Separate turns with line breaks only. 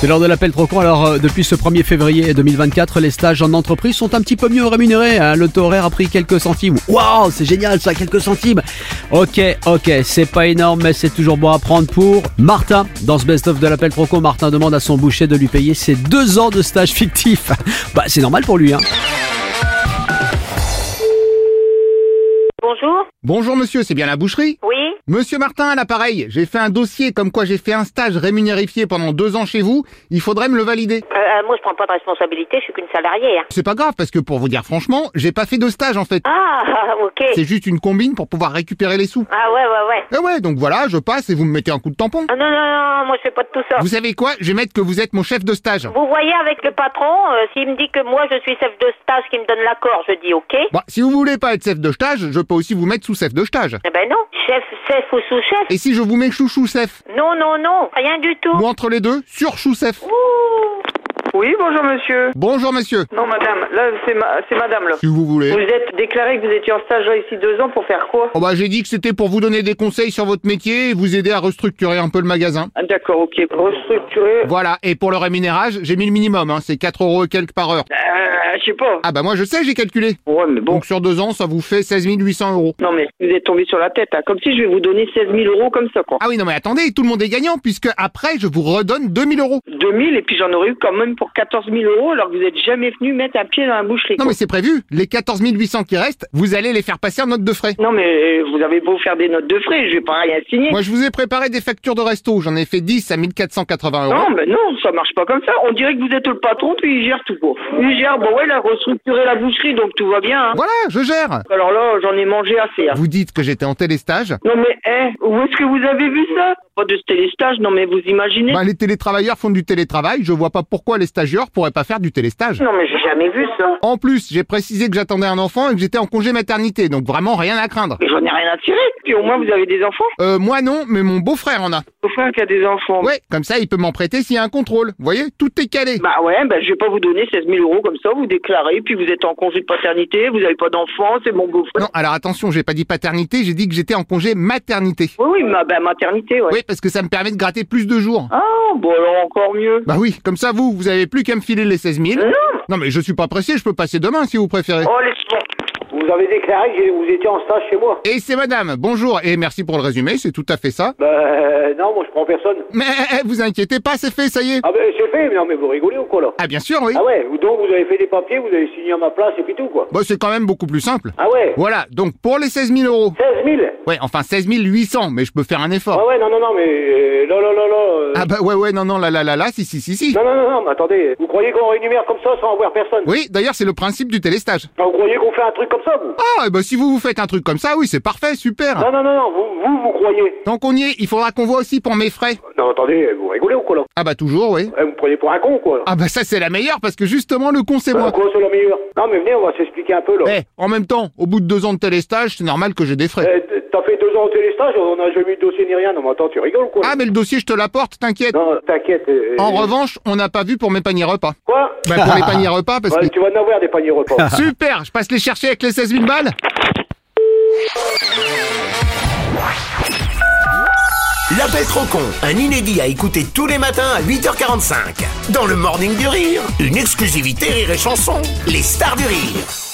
C'est l'heure de l'appel trop con. Alors, euh, depuis ce 1er février 2024, les stages en entreprise sont un petit peu mieux rémunérés. hein. Le taux horaire a pris quelques centimes. Waouh, c'est génial ça, quelques centimes. Ok, ok, c'est pas énorme, mais c'est toujours bon à prendre pour Martin. Dans ce best-of de l'appel trop con, Martin demande à son boucher de lui payer ses deux ans de stage fictif. bah, c'est normal pour lui, hein.
Bonjour.
Bonjour monsieur, c'est bien la boucherie
Oui.
Monsieur Martin à l'appareil, j'ai fait un dossier comme quoi j'ai fait un stage rémunérifié pendant deux ans chez vous, il faudrait me le valider.
Euh, euh, moi, je prends pas de responsabilité. Je suis qu'une salariée. hein.
C'est pas grave parce que pour vous dire franchement, j'ai pas fait de stage en fait.
Ah, ok.
C'est juste une combine pour pouvoir récupérer les sous.
Ah ouais, ouais, ouais.
Ah ouais, donc voilà, je passe et vous me mettez un coup de tampon.
Ah non, non, non, moi, je fais pas de tout ça.
Vous savez quoi Je vais mettre que vous êtes mon chef de stage.
Vous voyez avec le patron, euh, s'il me dit que moi, je suis chef de stage, qui me donne l'accord, je dis ok. Eh
Bon, Bah, si vous voulez pas être chef de stage, je peux aussi vous mettre sous chef de stage.
Eh ben non. Chef, chef ou sous-chef
Et si je vous mets chouchou chef
Non, non, non. Rien du tout.
Ou entre les deux, sur chou chef
Ouh.
Oui, bonjour monsieur.
Bonjour monsieur.
Non madame, là c'est ma... c'est madame là.
Si vous
Vous
voulez.
êtes déclaré que vous étiez en stage là, ici deux ans pour faire quoi
Oh bah j'ai dit que c'était pour vous donner des conseils sur votre métier et vous aider à restructurer un peu le magasin.
ah, D'accord, ok. Restructurer.
Voilà, et pour le rémunérage, j'ai mis le minimum, hein, c'est 4 euros et quelques par heure.
Euh, je sais pas.
Ah bah moi je sais, j'ai calculé.
Ah, Ouais, mais bon.
Donc sur deux ans, ça vous fait 16 800 euros.
Non mais vous êtes tombé sur la tête. hein. Comme si je vais vous donner 16 000 euros comme ça quoi.
Ah oui, non mais attendez, tout le monde est gagnant, puisque après je vous redonne 2000 euros.
2000 et puis j'en aurais eu quand même pour 14 000 euros alors que vous êtes jamais venu mettre un pied dans la boucherie.
Non
quoi.
mais c'est prévu, les 14 800 qui restent, vous allez les faire passer en note de frais.
Non mais euh, vous avez beau faire des notes de frais, je vais pas rien signer.
Moi je vous ai préparé des factures de resto, j'en ai fait 10 à 1480 euros.
Non, mais non, ça marche pas comme ça. On dirait que vous êtes le patron, puis il gère tout quoi. Il gère, bon ouais, il a restructuré la boucherie, donc tout va bien. hein.
Voilà, je gère.
Alors là, j'en ai mangé assez. hein.
Vous dites que j'étais en téléstage.
Non mais, eh, où est-ce que vous avez vu ça Pas de téléstage, non mais vous imaginez
Ben, les télétravailleurs font du télétravail, je vois pas pourquoi les stagiaires pourraient pas faire du téléstage.
Non mais j'ai jamais vu ça.
En plus, j'ai précisé que j'attendais un enfant et que j'étais en congé maternité, donc vraiment rien à craindre.
Mais J'en ai rien à tirer. Puis au moins vous avez des enfants.
Euh, moi non, mais mon beau-frère en a.
Vos frères qui a des enfants.
Ouais, comme ça il peut m'en prêter s'il y a un contrôle. Vous voyez, tout est calé.
Bah ouais, bah je vais pas vous donner 16 000 euros comme ça, vous déclarez, puis vous êtes en congé de paternité, vous avez pas d'enfants, c'est mon beau-frère.
Non, alors attention, j'ai pas dit paternité, j'ai dit que j'étais en congé maternité.
Oui, oui, ma bah, maternité, ouais.
Oui, parce que ça me permet de gratter plus de jours.
Ah, bon alors encore mieux.
Bah oui, comme ça vous, vous avez plus qu'à me filer les 16 000.
Non.
Non mais je suis pas pressé, je peux passer demain si vous préférez.
Oh, laisse-moi.
Vous avez déclaré que vous étiez en stage chez moi.
Et c'est madame, bonjour, et merci pour le résumé, c'est tout à fait ça.
Ben euh, non, moi je prends personne.
Mais eh, vous inquiétez pas, c'est fait, ça y est.
Ah ben c'est fait, mais non mais vous rigolez ou quoi là
Ah bien sûr, oui.
Ah ouais, vous- donc vous avez fait des papiers, vous avez signé à ma place et puis tout quoi.
Bah c'est quand même beaucoup plus simple.
Ah ouais,
Voilà, donc pour les 16 000 euros.
16 000
Ouais, enfin 16 800, mais je peux faire un
Ah
effort.
ouais, non, non, non, mais euh, là, là, là, là. euh,
Ah bah ouais, ouais, non, non, là, là, là, là, si, si, si, si.
Non, non, non, non, mais attendez, vous croyez qu'on rémunère comme ça sans avoir personne
Oui, d'ailleurs, c'est le principe du télestage.
Ah, Vous croyez qu'on fait un truc comme ça, vous
Ah, et bah si vous vous faites un truc comme ça, oui, c'est parfait, super.
Non, non, non, non, vous, vous, vous croyez
Tant qu'on y est, il faudra qu'on voit aussi pour mes frais.
Non, attendez, vous rigolez ou quoi là
Ah bah toujours, oui.
Eh, Vous me prenez pour un con quoi là
Ah bah ça, c'est la meilleure, parce que justement, le con, c'est
Euh,
moi.
Quoi, c'est la meilleure Non, mais venez, on va s'expliquer un peu là.
Eh, en même temps, au bout de deux ans de télestage, c'est normal que j'ai des frais.
Euh, t- T'as fait deux ans au téléstage, on n'a jamais eu de dossier ni rien. Non, mais attends, tu rigoles ou quoi là
Ah, mais le dossier, je te l'apporte, t'inquiète.
Non, t'inquiète. euh,
En
euh,
revanche, on n'a pas vu pour mes paniers repas.
Quoi
Bah pour les paniers repas, parce que...
Ouais, tu vas en avoir des paniers repas.
Super, je passe les chercher avec les 16 000 balles.
L'appel trop con, un inédit à écouter tous les matins à 8h45. Dans le Morning du Rire, une exclusivité Rire et Chanson, les stars du rire.